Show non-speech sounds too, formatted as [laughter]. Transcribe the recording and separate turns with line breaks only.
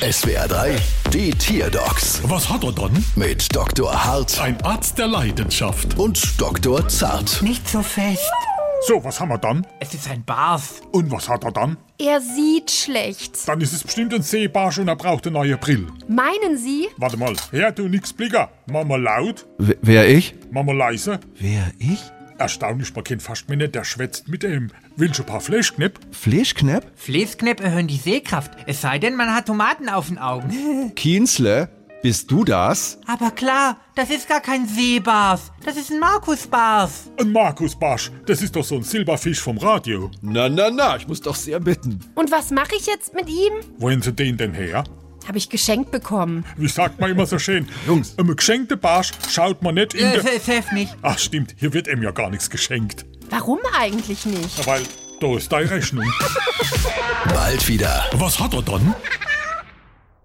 SWR 3, die Tierdocs
Was hat er dann?
mit Dr. Hart
Ein Arzt der Leidenschaft.
und Dr. Zart.
Nicht so fest.
So, was haben wir dann?
Es ist ein Barf.
Und was hat er dann?
Er sieht schlecht.
Dann ist es bestimmt ein Seebarsch und er braucht eine neue Brille.
Meinen Sie?
Warte mal, her du Nixblicker. Mama laut,
W wer ich?
Mama leise.
Wer ich?
Erstaunlich, man kennt fast mich nicht, der schwätzt mit dem. Willst du ein paar Fleischknepp?
Fleischknepp?
Fleesknepp erhöhen die Sehkraft. Es sei denn, man hat Tomaten auf den Augen.
Kienzle? Bist du das?
Aber klar, das ist gar kein Seebarf. Das ist ein Markusbarf.
Ein Markusbarsch, das ist doch so ein Silberfisch vom Radio.
Na, na, na, ich muss doch sehr bitten.
Und was mache ich jetzt mit ihm?
Wohin sie den denn her?
Habe ich geschenkt bekommen.
Wie sagt man immer so schön?
[laughs] Jungs.
Einem geschenkten Barsch schaut man nicht in
Äh,
de...
se- Chef nicht.
Ach stimmt, hier wird ihm ja gar nichts geschenkt.
Warum eigentlich nicht?
Weil, da ist deine Rechnung.
Bald wieder.
Was hat er dann?